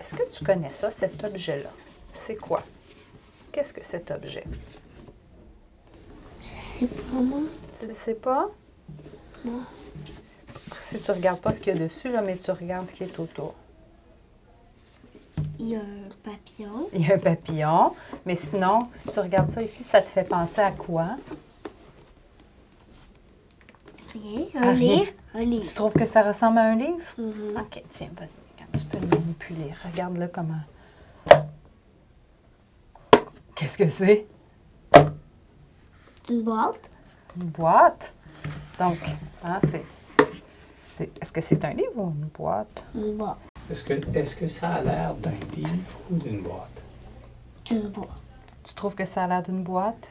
Est-ce que tu connais ça, cet objet-là? C'est quoi? Qu'est-ce que cet objet? Je sais pas, moi. Tu ne sais pas? Non. Si tu regardes pas ce qu'il y a dessus, là, mais tu regardes ce qui est autour. Il y a un papillon. Il y a un papillon, mais sinon, si tu regardes ça ici, ça te fait penser à quoi? Rien. Un Ah, rien. livre. Un livre. Tu trouves que ça ressemble à un livre? Mhm. Ok, tiens, vas-y, regarde, tu peux le manipuler. Regarde-le comment. Qu'est-ce que c'est? Une boîte. Une boîte. Donc, hein, c'est. c'est- Est-ce que c'est un livre ou une boîte? Une boîte. Est-ce que, est-ce que ça a l'air d'un livre ou d'une boîte? Une boîte. Tu trouves que ça a l'air d'une boîte?